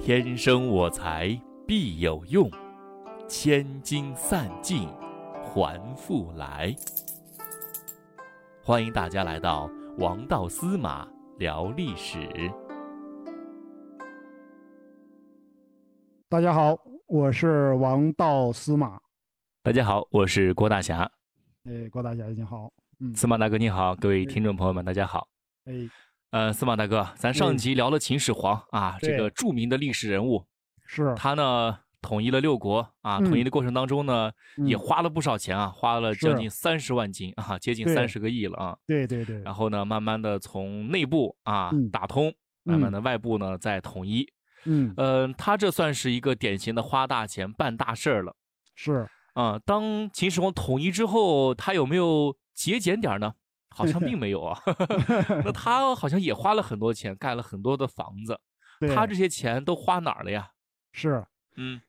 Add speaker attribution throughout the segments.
Speaker 1: 天生我材必有用，千金散尽还复来。欢迎大家来到王道司马聊历史。
Speaker 2: 大家好，我是王道司马。
Speaker 1: 大家好，我是郭大侠。
Speaker 2: 哎，郭大侠，你好。嗯，
Speaker 1: 司马大哥你好，各位听众朋友们，大家好。
Speaker 2: 哎，
Speaker 1: 呃，司马大哥，咱上集聊了秦始皇、啊，这
Speaker 2: 对
Speaker 1: 个著名的历史人物，
Speaker 2: 是
Speaker 1: 他呢统一了六国啊，
Speaker 2: 嗯
Speaker 1: 统一的过程当中呢，
Speaker 2: 嗯
Speaker 1: 也花了不少钱啊，花了将
Speaker 2: 是
Speaker 1: 近三十万金啊，接近
Speaker 2: 对
Speaker 1: 三十个亿了啊。
Speaker 2: 对对对，
Speaker 1: 然后呢，慢慢的从内部啊
Speaker 2: 嗯
Speaker 1: 打通，慢慢的外部呢再统一。
Speaker 2: 嗯，
Speaker 1: 呃，他这算是一个典型的花大钱办大事儿了
Speaker 2: 是
Speaker 1: 啊。当秦始皇统一之后，他有没有节俭点儿呢？好像并没有啊。 那 他好像也花了很多钱，盖了很多的房子。
Speaker 2: 对，
Speaker 1: 他这些钱都花哪儿了呀？
Speaker 2: 是
Speaker 1: 嗯，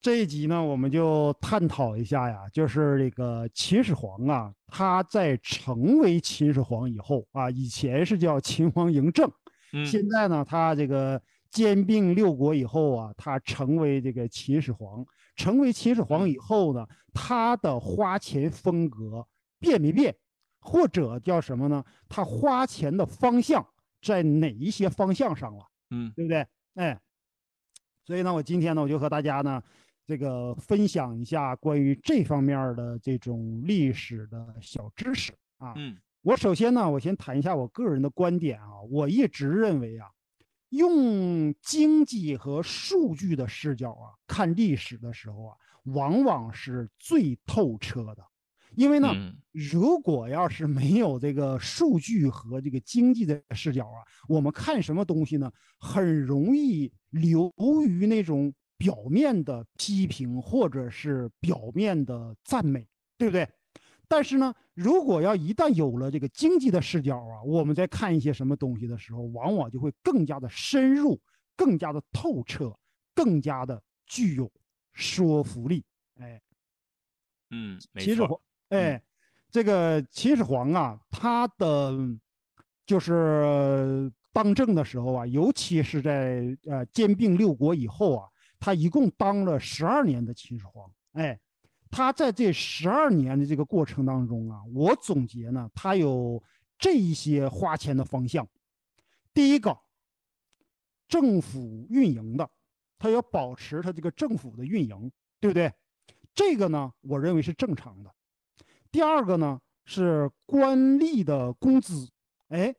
Speaker 2: 这一集呢，我们就探讨一下呀，就是这个秦始皇啊，他在成为秦始皇以后啊，以前是叫秦王嬴政，
Speaker 1: 嗯
Speaker 2: 现在呢，他这个兼并六国以后啊，他成为这个秦始皇。成为秦始皇以后呢，他的花钱风格变没变，或者叫什么呢？他花钱的方向在哪一些方向上了，
Speaker 1: 嗯
Speaker 2: 对不对？哎，所以呢，我今天呢，我就和大家呢，这个分享一下关于这方面儿的这种历史的小知识啊。
Speaker 1: 嗯
Speaker 2: 我首先呢，我先谈一下我个人的观点啊。我一直认为啊，用经济和数据的视角啊看历史的时候啊，往往是最透彻的。因为呢，
Speaker 1: 嗯
Speaker 2: 如果要是没有这个数据和这个经济的视角啊，我们看什么东西呢，很容易流于那种表面的批评或者是表面的赞美，对不对？但是呢，如果要一旦有了这个经济的视角啊，我们在看一些什么东西的时候，往往就会更加的深入、更加的透彻、更加的具有说服力。哎，
Speaker 1: 嗯，没
Speaker 2: 秦始
Speaker 1: 错。
Speaker 2: 皇，
Speaker 1: 嗯
Speaker 2: 哎，这个秦始皇啊，他的就是当政的时候啊，尤其是在呃兼并六国以后啊，他一共当了十二年的秦始皇。哎，他在这十二年的这个过程当中啊，我总结呢，他有这一些花钱的方向。第一个，政府运营的，他要保持他这个政府的运营，对不对？这个呢，我认为是正常的。第二个呢是官吏的工资，哎，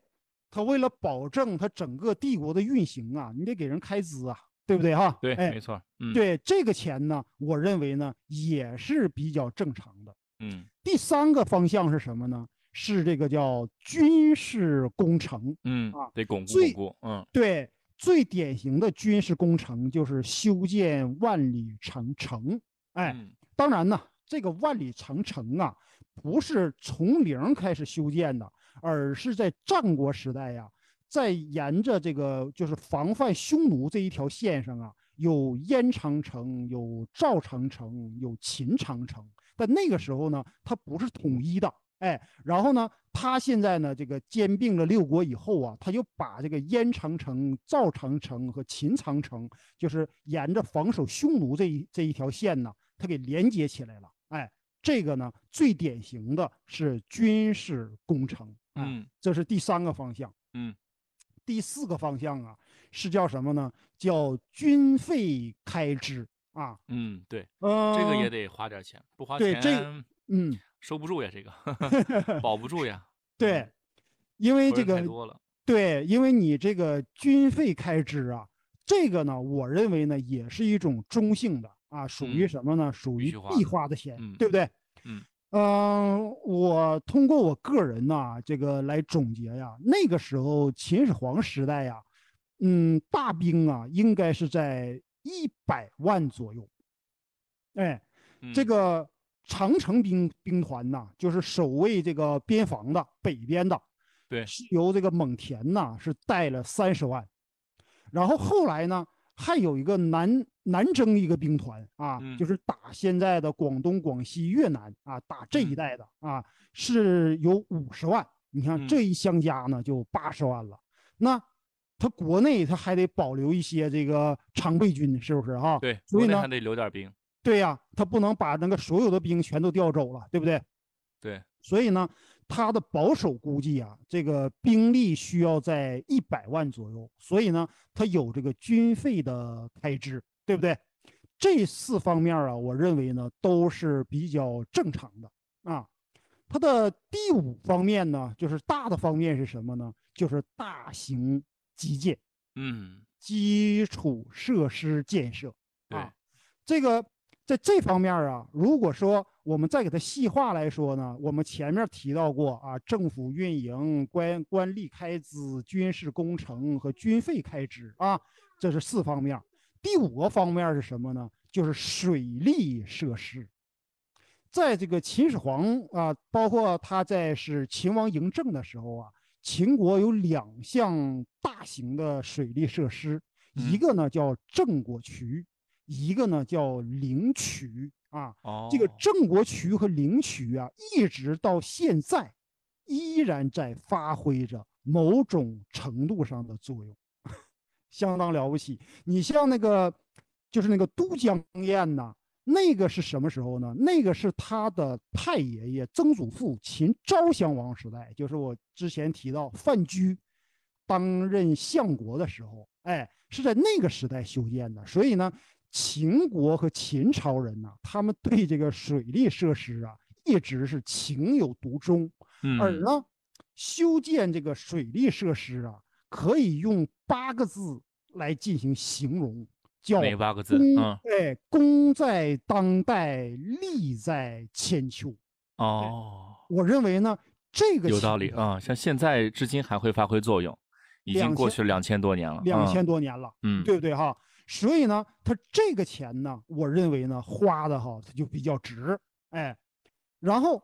Speaker 2: 他为了保证他整个帝国的运行啊，你得给人开支啊，对不对哈？
Speaker 1: 对，
Speaker 2: 哎
Speaker 1: 没错。嗯，，
Speaker 2: 对这个钱呢，我认为呢也是比较正常的。
Speaker 1: 嗯
Speaker 2: 第三个方向是什么呢？是这个叫军事工程。
Speaker 1: 嗯
Speaker 2: 啊，
Speaker 1: 得巩固巩
Speaker 2: 最
Speaker 1: 固。嗯
Speaker 2: 对，最典型的军事工程就是修建万里长城。哎，
Speaker 1: 嗯
Speaker 2: 当然呢，这个万里长城啊，不是从零开始修建的，而是在战国时代呀、在沿着这个就是防范匈奴这一条线上啊，有燕长城、有赵长城、有秦长城。但那个时候呢，它不是统一的，哎，然后呢，它现在呢，这个兼并了六国以后啊，它就把这个燕长城、赵长城和秦长城，就是沿着防守匈奴这一这一条线呢，它给连接起来了，哎，这个呢，最典型的是军事工程，哎
Speaker 1: 嗯
Speaker 2: 这是第三个方向。
Speaker 1: 嗯，
Speaker 2: 第四个方向啊，是叫什么呢？叫军费开支啊。
Speaker 1: 嗯，对，
Speaker 2: 呃，
Speaker 1: 这个也得花点钱，不花
Speaker 2: 对这
Speaker 1: 钱
Speaker 2: 嗯，
Speaker 1: 收不住呀，这个 保不住呀。
Speaker 2: 对，因为
Speaker 1: 活
Speaker 2: 这
Speaker 1: 人
Speaker 2: 个
Speaker 1: 嗯太多了。
Speaker 2: 对，因为你这个军费开支啊，这个呢，我认为呢，也是一种中性的啊，属于
Speaker 1: 嗯
Speaker 2: 什么呢？属
Speaker 1: 必
Speaker 2: 于
Speaker 1: 须花
Speaker 2: 必
Speaker 1: 的
Speaker 2: 花的钱，
Speaker 1: 嗯
Speaker 2: 对不对？
Speaker 1: 嗯
Speaker 2: 嗯、我通过我个人呐、这个来总结呀，那个时候秦始皇时代呀，嗯，大兵啊，应该是在一百万左右，哎，这
Speaker 1: 嗯
Speaker 2: 个长城兵兵团呐、就是守卫这个边防的北边的，
Speaker 1: 对
Speaker 2: 是由这个蒙恬呐、是带了三十万，然
Speaker 1: 嗯
Speaker 2: 后后来呢还有一个南南征一个兵团啊，
Speaker 1: 嗯
Speaker 2: 就是打现在的广东、广西、越南啊，打这一
Speaker 1: 嗯
Speaker 2: 带的啊，是有五十万。你看
Speaker 1: 嗯
Speaker 2: 这一相加呢，就八十万了。那它国内它还得保留一些这个常备军，是不是啊？
Speaker 1: 对，
Speaker 2: 所以
Speaker 1: 国内
Speaker 2: 呢
Speaker 1: 还得留点兵。
Speaker 2: 对呀、它不能把那个所有的兵全都调走了，对不对？
Speaker 1: 对，
Speaker 2: 所以呢，它的保守估计啊，这个兵力需要在一百万左右，所以呢，它有这个军费的开支，对不对？这四方面啊，我认为呢都是比较正常的啊。它的第五方面呢，就是大的方面是什么呢？就是大型基建、
Speaker 1: 嗯，
Speaker 2: 基础设施建设。
Speaker 1: 对，
Speaker 2: 啊这个在这方面儿啊，如果说我们再给它细化来说呢，我们前面提到过啊，政府运营、官官吏开支、军事工程和军费开支啊，这是四方面儿。第五个方面儿是什么呢？就是水利设施。在这个秦始皇啊，包括他在是秦王嬴政的时候啊，秦国有两项大型的水利设施，一
Speaker 1: 嗯
Speaker 2: 个呢叫郑国渠，一个呢叫灵渠啊。
Speaker 1: 哦，
Speaker 2: 这个郑国渠和灵渠啊，一直到现在，依然在发挥着某种程度上的作用， 相当了不起。你像那个，就是那个都江堰呐、那个是什么时候呢？那个是他的太爷爷曾祖父秦昭襄王时代，就是我之前提到范雎担任相国的时候，哎，是在那个时代修建的。所以呢，秦国和秦朝人呐、他们对这个水利设施啊，一直是情有独钟。而
Speaker 1: 嗯，
Speaker 2: 呢，修建这个水利设施啊，可以用八个字来进行形容，叫
Speaker 1: 哪八个字？
Speaker 2: 功
Speaker 1: 嗯，
Speaker 2: 哎，功在当代，利在千秋。
Speaker 1: 哦，
Speaker 2: 我认为呢，这个
Speaker 1: 有
Speaker 2: 情
Speaker 1: 道理
Speaker 2: 况
Speaker 1: 啊、像现在至今还会发挥作用，已经
Speaker 2: 2000
Speaker 1: 过去了两千多年了。
Speaker 2: 两
Speaker 1: 嗯
Speaker 2: 千多年了，
Speaker 1: 嗯，
Speaker 2: 对不对哈？所以呢，他这个钱呢，我认为呢，花的哈，他就比较值，哎。然后，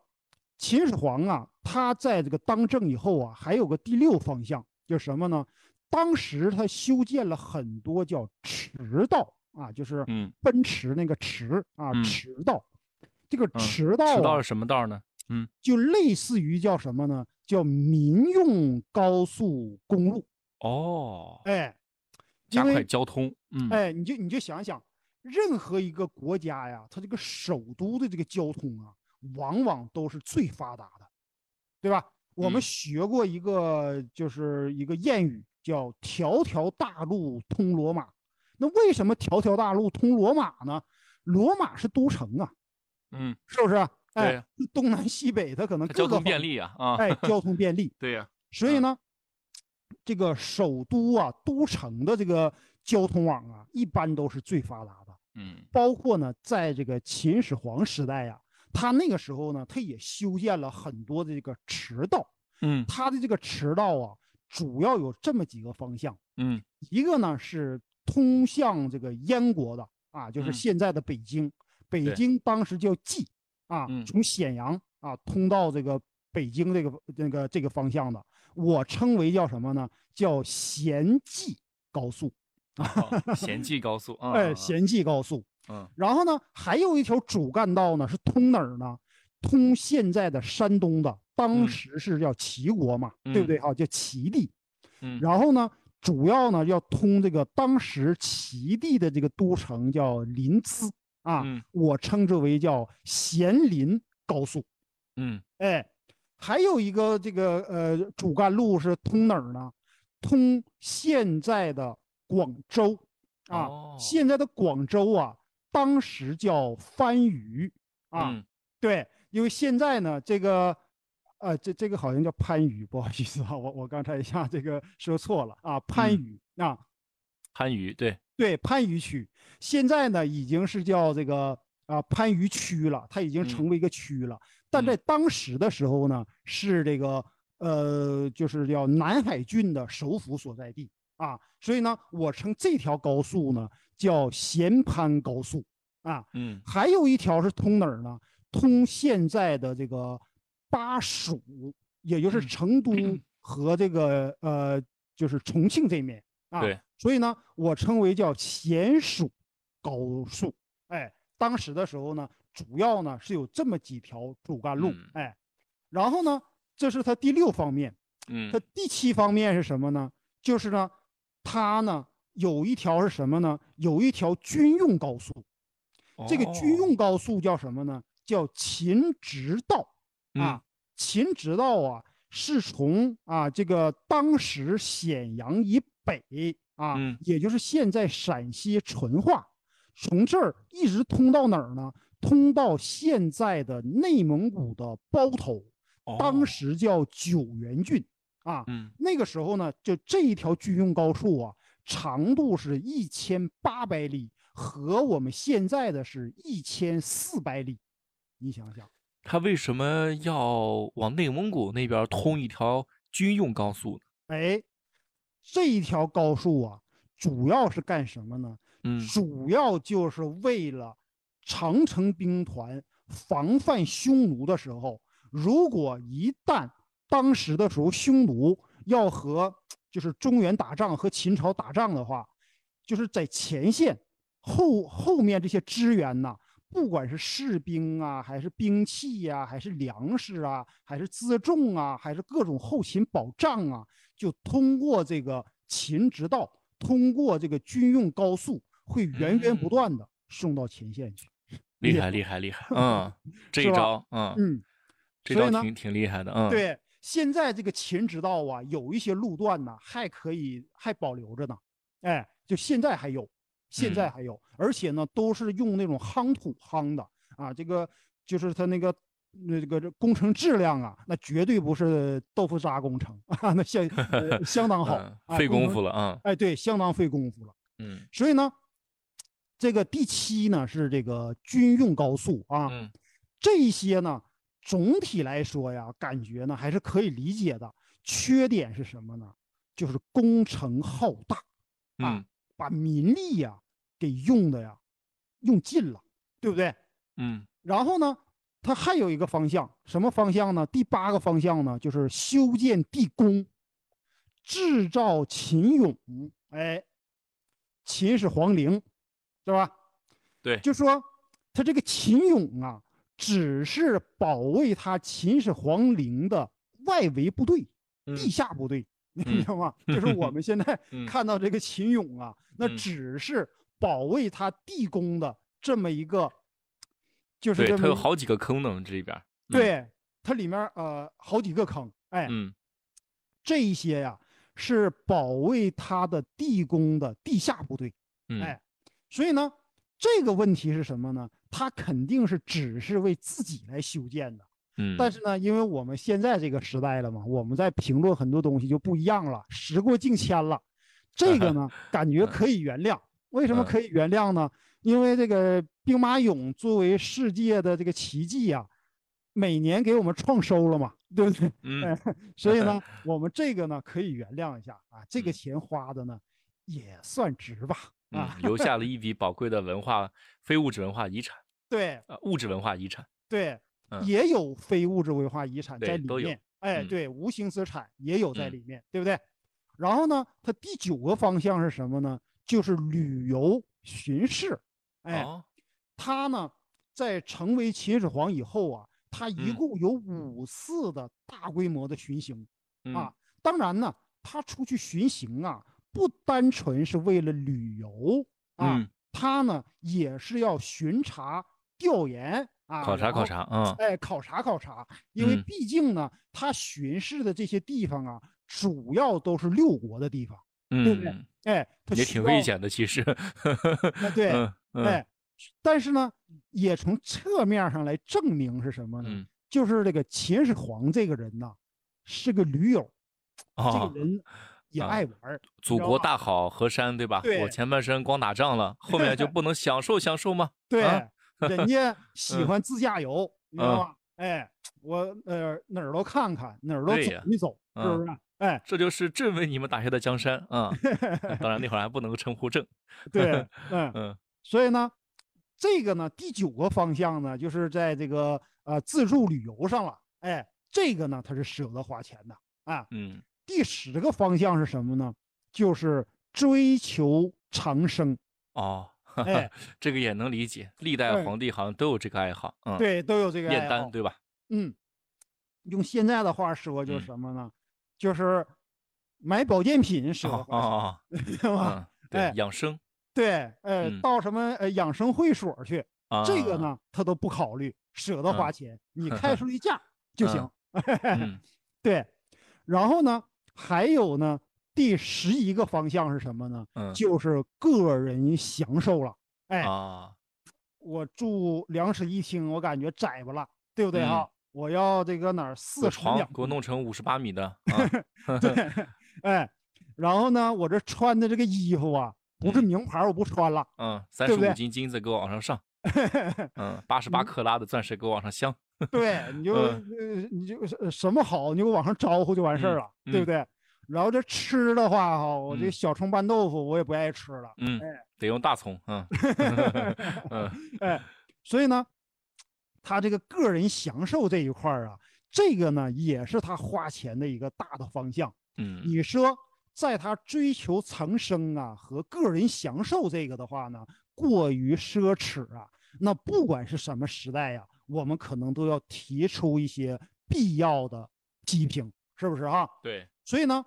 Speaker 2: 秦始皇啊，他在这个当政以后啊，还有个第六方向，就是什么呢？当时他修建了很多叫驰道啊，就是
Speaker 1: 嗯，
Speaker 2: 奔驰那个驰啊，
Speaker 1: 嗯
Speaker 2: 驰道。这个
Speaker 1: 嗯
Speaker 2: 驰道、啊，
Speaker 1: 知道是什么道呢？
Speaker 2: 就类似于叫什么呢？叫民用高速公路。
Speaker 1: 哦，
Speaker 2: 哎，
Speaker 1: 加
Speaker 2: 因
Speaker 1: 快
Speaker 2: 为
Speaker 1: 交通。嗯，
Speaker 2: 哎，你就你就想想，任何一个国家呀，它这个首都的这个交通啊，往往都是最发达的，对吧？我们
Speaker 1: 嗯
Speaker 2: 学过一个就是一个谚语，叫“条条大路通罗马”。那为什么条条大路通罗马呢？罗马是都城啊，
Speaker 1: 嗯，
Speaker 2: 是不是？
Speaker 1: 对
Speaker 2: 哎
Speaker 1: 呀，，
Speaker 2: 东南西北它可能
Speaker 1: 它交
Speaker 2: 各个
Speaker 1: 通便
Speaker 2: 方，
Speaker 1: 利啊，啊，
Speaker 2: 哎，交通便利。
Speaker 1: 对呀、
Speaker 2: 所以
Speaker 1: 嗯
Speaker 2: 呢，这个首都啊、都城的这个交通网啊，一般都是最发达的。
Speaker 1: 嗯，
Speaker 2: 包括呢，在这个秦始皇时代呀、他那个时候呢，他也修建了很多的这个驰道。
Speaker 1: 嗯
Speaker 2: 他的这个驰道啊，主要有这么几个方向，
Speaker 1: 嗯
Speaker 2: 一个呢是通向这个燕国的啊，就是
Speaker 1: 嗯
Speaker 2: 现在的北京。北
Speaker 1: 对
Speaker 2: 京当时叫蓟啊，
Speaker 1: 嗯
Speaker 2: 从咸阳啊通到这个北京这个那个这个方向的，我称为叫什么呢？叫咸蓟高速，
Speaker 1: 哦咸济高速啊，
Speaker 2: 哎，
Speaker 1: 啊，
Speaker 2: 咸蓟高速。
Speaker 1: 嗯
Speaker 2: 然后呢，还有一条主干道呢，是通哪儿呢？通现在的山东的，当
Speaker 1: 嗯
Speaker 2: 时是叫齐国嘛，对不对啊？叫齐地。
Speaker 1: 嗯，
Speaker 2: 然后呢，主要呢要通这个当时齐地的这个都城叫临淄啊，
Speaker 1: 嗯
Speaker 2: 我称之为叫咸临高速。
Speaker 1: 嗯
Speaker 2: 哎，还有一个这个呃主干路是通哪儿呢？通现在的广州啊，
Speaker 1: 哦
Speaker 2: 现在的广州啊，当时叫番禺啊，
Speaker 1: 嗯
Speaker 2: 对，因为现在呢，这个，呃，这这个好像叫番禺，不好意思啊，我我刚才一下这个说错了啊，番
Speaker 1: 嗯
Speaker 2: 禺啊，
Speaker 1: 番禺对，
Speaker 2: 对，番禺区，现在呢已经是叫这个啊番禺区了，它已经
Speaker 1: 嗯
Speaker 2: 成为一个区了。但在当时的时候呢，是这个呃，就是叫南海郡的首府所在地啊，所以呢，我称这条高速呢叫咸潘高速啊。
Speaker 1: 嗯
Speaker 2: 还有一条是通哪儿呢？通现在的这个巴蜀，也就是
Speaker 1: 嗯
Speaker 2: 成都和这个呃，就是重庆这面啊。
Speaker 1: 对。
Speaker 2: 所以呢，我称为叫咸蜀高速。哎，当时的时候呢，主要呢是有这么几条主干路。
Speaker 1: 嗯
Speaker 2: 哎，然后呢，这是它第六方面。
Speaker 1: 嗯
Speaker 2: 它第七方面是什么呢？就是呢，它呢有一条是什么呢？有一条军用高速，
Speaker 1: 哦
Speaker 2: 这个军用高速叫什么呢？叫秦直道
Speaker 1: 嗯
Speaker 2: 啊。秦直道啊，是从啊这个当时咸阳以北啊，
Speaker 1: 嗯
Speaker 2: 也就是现在陕西淳化，从这儿一直通到哪儿呢？通到现在的内蒙古的包头，
Speaker 1: 哦
Speaker 2: 当，时叫九原郡啊。
Speaker 1: 嗯，
Speaker 2: 那个时候呢，就这一条军用高速啊，长度是一千八百里，和我们现在的是一千四百里。你想想，
Speaker 1: 他为什么要往内蒙古那边通一条军用高速呢？
Speaker 2: 哎，这一条高速啊，主要是干什么呢？
Speaker 1: 嗯，
Speaker 2: 主要就是为了长城兵团防范匈奴的时候，如果一旦当时的时候匈奴要和就是中原打仗和秦朝打仗的话，就是在前线后后面这些支援呐、不管是士兵啊，还是兵器呀、还是粮食啊，还是辎重啊，还是各种后勤保障啊，就通过这个秦直道，通过这个军用高速，会源源
Speaker 1: 嗯
Speaker 2: 不断的送到前线去。
Speaker 1: 厉
Speaker 2: 也
Speaker 1: 害厉害厉 害，嗯，这
Speaker 2: 是
Speaker 1: 一
Speaker 2: 吧
Speaker 1: 招，嗯，
Speaker 2: 嗯，
Speaker 1: 这
Speaker 2: 所以
Speaker 1: 招
Speaker 2: 呢
Speaker 1: 挺挺厉害的，嗯，，
Speaker 2: 对，啊现在这个秦直道啊，有一些路段呢还可以还保留着呢，哎，就现在还有，现在
Speaker 1: 嗯
Speaker 2: 还有，而且呢都是用那种夯土夯的啊，这个就是它那个。那这个这工程质量啊，那绝对不是豆腐渣工程 啊，那相呃相当好
Speaker 1: 嗯，
Speaker 2: 啊
Speaker 1: 费功夫，
Speaker 2: 程
Speaker 1: 了，嗯
Speaker 2: 哎，对，相当费功夫了。
Speaker 1: 嗯
Speaker 2: 所以呢，这个第七呢是这个军用高速啊，
Speaker 1: 嗯
Speaker 2: 这一些呢，总体来说呀，感觉呢还是可以理解的。缺点是什么呢？就是工程浩大，啊
Speaker 1: 嗯
Speaker 2: 把民力呀给用的呀用尽了，对不对？
Speaker 1: 嗯，
Speaker 2: 然后呢，它还有一个方向，什么方向呢？第八个方向呢，就是修建地宫，制造秦俑。哎，秦始皇陵，对吧？
Speaker 1: 对
Speaker 2: 就说他这个秦俑啊，只是保卫他秦始皇陵的外围部队、
Speaker 1: 嗯
Speaker 2: 地下部队，你
Speaker 1: 嗯
Speaker 2: 知 道吗？就是我们现在
Speaker 1: 嗯
Speaker 2: 看到这个秦俑啊，那
Speaker 1: 嗯
Speaker 2: 只是保卫他地宫的这么一个，就是
Speaker 1: 对，
Speaker 2: 这
Speaker 1: 它
Speaker 2: 么
Speaker 1: 有
Speaker 2: 一
Speaker 1: 好几个坑呢，这里边，嗯，
Speaker 2: 对它里面呃好几个坑，哎，
Speaker 1: 嗯
Speaker 2: 这一些呀是保卫他的地宫的地下部队。
Speaker 1: 嗯，
Speaker 2: 哎所以呢，这个问题是什么呢？他肯定是只是为自己来修建的，
Speaker 1: 嗯，
Speaker 2: 但是呢，因为我们现在这个时代了嘛，我们在评论很多东西就不一样了，时过境迁了，这 个呢，感觉可以原谅。为什
Speaker 1: 嗯
Speaker 2: 么可以原谅呢？因为这个兵马俑作为世界的这个奇迹呀、每年给我们创收了嘛，对不对？
Speaker 1: 嗯
Speaker 2: 所以 呢，我们这个呢可以原谅一下啊，这
Speaker 1: 嗯
Speaker 2: 个钱花的呢也算值吧啊，
Speaker 1: 嗯，留下了一笔宝贵的文化非物质文化遗产，
Speaker 2: 对
Speaker 1: 呃，物质文化遗产，
Speaker 2: 对，
Speaker 1: 嗯
Speaker 2: 也有非物质文化遗产在
Speaker 1: 对
Speaker 2: 里
Speaker 1: 都有
Speaker 2: 面，哎，
Speaker 1: 嗯
Speaker 2: 对，无形资产也有在
Speaker 1: 嗯
Speaker 2: 里面，对不对？然后呢，它第九个方向是什么呢？就是旅游巡视，哎，
Speaker 1: 哦，
Speaker 2: 他呢，在成为秦始皇以后啊，他一
Speaker 1: 嗯
Speaker 2: 共有五次的大规模的巡行。
Speaker 1: 嗯
Speaker 2: 啊，当然呢，他出去巡行啊，不单纯是为了旅游啊，
Speaker 1: 嗯，
Speaker 2: 他呢也是要巡查、调研啊，
Speaker 1: 考察
Speaker 2: 然
Speaker 1: 考
Speaker 2: 后，
Speaker 1: 察，嗯
Speaker 2: 哎，考察考察，因为
Speaker 1: 嗯
Speaker 2: 毕竟呢，他巡视的这些地方啊，主要都是六国的地方，对不对
Speaker 1: 嗯，
Speaker 2: 哎，他
Speaker 1: 也
Speaker 2: 需
Speaker 1: 挺危
Speaker 2: 要，
Speaker 1: 险的，其实，
Speaker 2: 哎对
Speaker 1: 嗯嗯
Speaker 2: 哎，但是呢，也从侧面上来证明是什么呢？
Speaker 1: 嗯，
Speaker 2: 就是这个秦始皇这个人呐、是个驴友，这
Speaker 1: 哦
Speaker 2: 个，人也
Speaker 1: 啊
Speaker 2: 爱玩儿。
Speaker 1: 祖
Speaker 2: 知道
Speaker 1: 国
Speaker 2: 吧
Speaker 1: 大好河山，对吧？
Speaker 2: 对
Speaker 1: 我前半生光打仗了，后面就不能享受享受吗？
Speaker 2: 对，
Speaker 1: 啊
Speaker 2: 人家喜
Speaker 1: 嗯
Speaker 2: 欢自驾游，你知道
Speaker 1: 嗯
Speaker 2: 吗？哎，我呃哪儿都看看，哪儿都
Speaker 1: 对
Speaker 2: 走
Speaker 1: 呀嗯
Speaker 2: 一走，是不是？哎，
Speaker 1: 这就是朕为你们打下的江山 啊、嗯当然那会儿还不能称呼朕，
Speaker 2: 对，嗯，
Speaker 1: 嗯
Speaker 2: 所以呢，这个呢，第九个方向呢，就是在这个呃自助旅游上了。哎，这个呢，他是舍得花钱的啊。
Speaker 1: 嗯
Speaker 2: 第十个方向是什么呢？就是追求 长生。
Speaker 1: 哦，
Speaker 2: 哎
Speaker 1: 这个也能理解，历
Speaker 2: 对
Speaker 1: 代皇帝好像都有这个爱好，嗯，，
Speaker 2: 对，都有这个爱
Speaker 1: 炼
Speaker 2: 好。
Speaker 1: 丹对吧？
Speaker 2: 嗯，用现在的话说就是
Speaker 1: 嗯
Speaker 2: 什么呢？就是买保健品使得
Speaker 1: 哦
Speaker 2: 花钱，
Speaker 1: 哦
Speaker 2: 对
Speaker 1: 哦，
Speaker 2: 吧？
Speaker 1: 嗯对
Speaker 2: 哎，
Speaker 1: 养生
Speaker 2: 对，呃
Speaker 1: 嗯，
Speaker 2: 到什么呃养生会所去，
Speaker 1: 啊，
Speaker 2: 这个呢他都不考虑，舍得花
Speaker 1: 嗯
Speaker 2: 钱， 你开出去价就行。哎
Speaker 1: 嗯，
Speaker 2: 对，然后呢，还有呢，第十一个方向是什么呢？
Speaker 1: 嗯
Speaker 2: 就是个人享受了。哎，
Speaker 1: 啊，
Speaker 2: 我住两室一厅，我感觉窄吧了，对不对
Speaker 1: 嗯
Speaker 2: 哈？我要这个哪儿
Speaker 1: 这
Speaker 2: 四床
Speaker 1: 床
Speaker 2: 两
Speaker 1: 给我弄成五十八 米的啊，
Speaker 2: 对，哎，然后呢，我这穿的这个衣服啊，不是
Speaker 1: 嗯
Speaker 2: 名牌儿，我不穿了。
Speaker 1: 嗯，三
Speaker 2: 对
Speaker 1: 十
Speaker 2: 不对
Speaker 1: 五斤金子给我往上上，嗯，八十八克拉的钻石给我往上镶，
Speaker 2: 对，你就、
Speaker 1: 嗯
Speaker 2: 呃你就呃什么好，你就往上招呼就完事儿
Speaker 1: 嗯
Speaker 2: 了，对不
Speaker 1: 嗯
Speaker 2: 对？然后这吃的话哈，我这
Speaker 1: 嗯
Speaker 2: 小葱拌豆腐我也不爱吃了，
Speaker 1: 嗯，得用大葱， 嗯，嗯
Speaker 2: 哎，所以呢，他这个个人享受这一块儿啊，这个呢也是他花钱的一个大的方向。
Speaker 1: 嗯
Speaker 2: 你说，在他追求长生啊和个人享受这个的话呢，过于奢侈啊，那不管是什么时代呀、我们可能都要提出一些必要的批评，是不是哈、
Speaker 1: 对，
Speaker 2: 所以呢，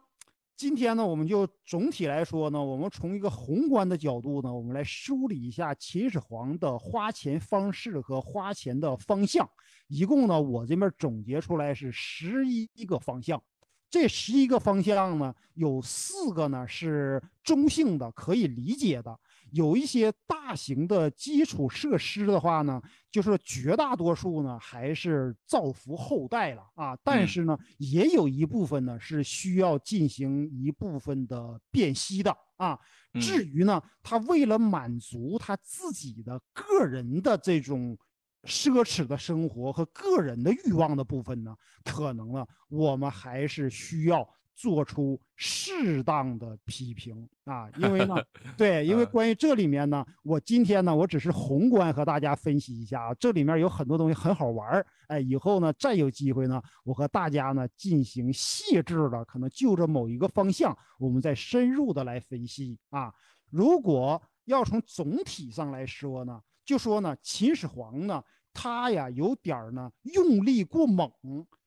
Speaker 2: 今天呢，我们就总体来说呢，我们从一个宏观的角度呢，我们来梳理一下秦始皇的花钱方式和花钱的方向。一共呢，我这边总结出来是十一个方向。这十一个方向呢，有四个呢是中性的，可以理解的；有一些大型的基础设施的话呢，就是绝大多数呢还是造福后代了啊，但
Speaker 1: 嗯
Speaker 2: 是呢，也有一部分呢是需要进行一部分的辨析的啊。至
Speaker 1: 嗯
Speaker 2: 于呢，他为了满足他自己的个人的这种奢侈的生活和个人的欲望的部分呢，可能呢，我们还是需要做出适当的批评啊，因为呢，对，因
Speaker 1: 嗯
Speaker 2: 为关于这里面呢，我今天呢，我只是宏观和大家分析一下啊，这里面有很多东西很好玩儿，哎，以后呢，再有机会呢，我和大家呢进行细致的，可能就着某一个方向，我们再深入的来分析啊。如果要从总体上来说呢，就说呢，秦始皇呢，他呀有点儿呢用力过猛，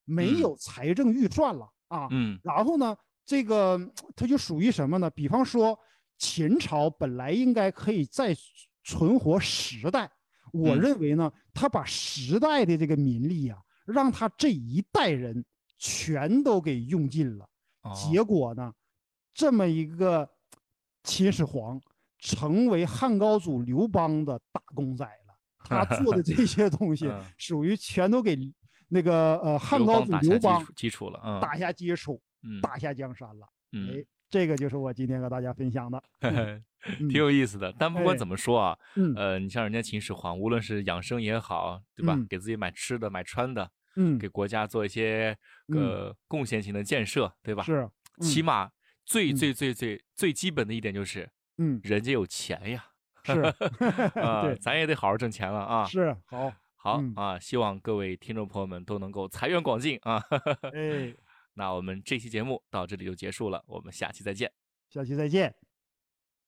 Speaker 2: 没
Speaker 1: 嗯
Speaker 2: 有财政预算了啊。
Speaker 1: 嗯
Speaker 2: 然后呢，这个它就属于什么呢？比方说，秦朝本来应该可以再存活十代，我
Speaker 1: 嗯
Speaker 2: 认为呢，他把十代的这个民力啊，让他这一代人全都给用尽了。
Speaker 1: 哦
Speaker 2: 结果呢，这么一个秦始皇成为汉高祖刘邦的打工仔了。 他做的这些东西
Speaker 1: 嗯
Speaker 2: 属于全都给那个呃汉
Speaker 1: 刘
Speaker 2: 高
Speaker 1: 邦打下
Speaker 2: 祖刘
Speaker 1: 基
Speaker 2: 邦
Speaker 1: 础基础了，嗯，
Speaker 2: 打下基础，
Speaker 1: 嗯
Speaker 2: 打下江山了。哎
Speaker 1: 嗯，
Speaker 2: 这个就是我今天和大家分 享的。嗯
Speaker 1: 挺有意思的。但不管
Speaker 2: 哎
Speaker 1: 怎么说啊，
Speaker 2: 嗯
Speaker 1: 呃，你像人家秦始皇，无论是养生也好，对吧
Speaker 2: 嗯？
Speaker 1: 给自己买吃的、买穿的，
Speaker 2: 嗯
Speaker 1: 给，国家做一些
Speaker 2: 嗯
Speaker 1: 呃贡献型的建设，对吧？
Speaker 2: 是，
Speaker 1: 起码最
Speaker 2: 嗯
Speaker 1: 最最最最基本的一点就是
Speaker 2: 嗯，
Speaker 1: 人家有钱呀，
Speaker 2: 是，
Speaker 1: 啊，
Speaker 2: 对，
Speaker 1: 咱也得好好挣钱了啊。
Speaker 2: 是 好，
Speaker 1: 好
Speaker 2: 嗯
Speaker 1: 啊，希望各位听众朋友们都能够财源广进啊。
Speaker 2: 哎，
Speaker 1: 那我们这期节目到这里就结束了，我们下期再见。
Speaker 2: 下期再见。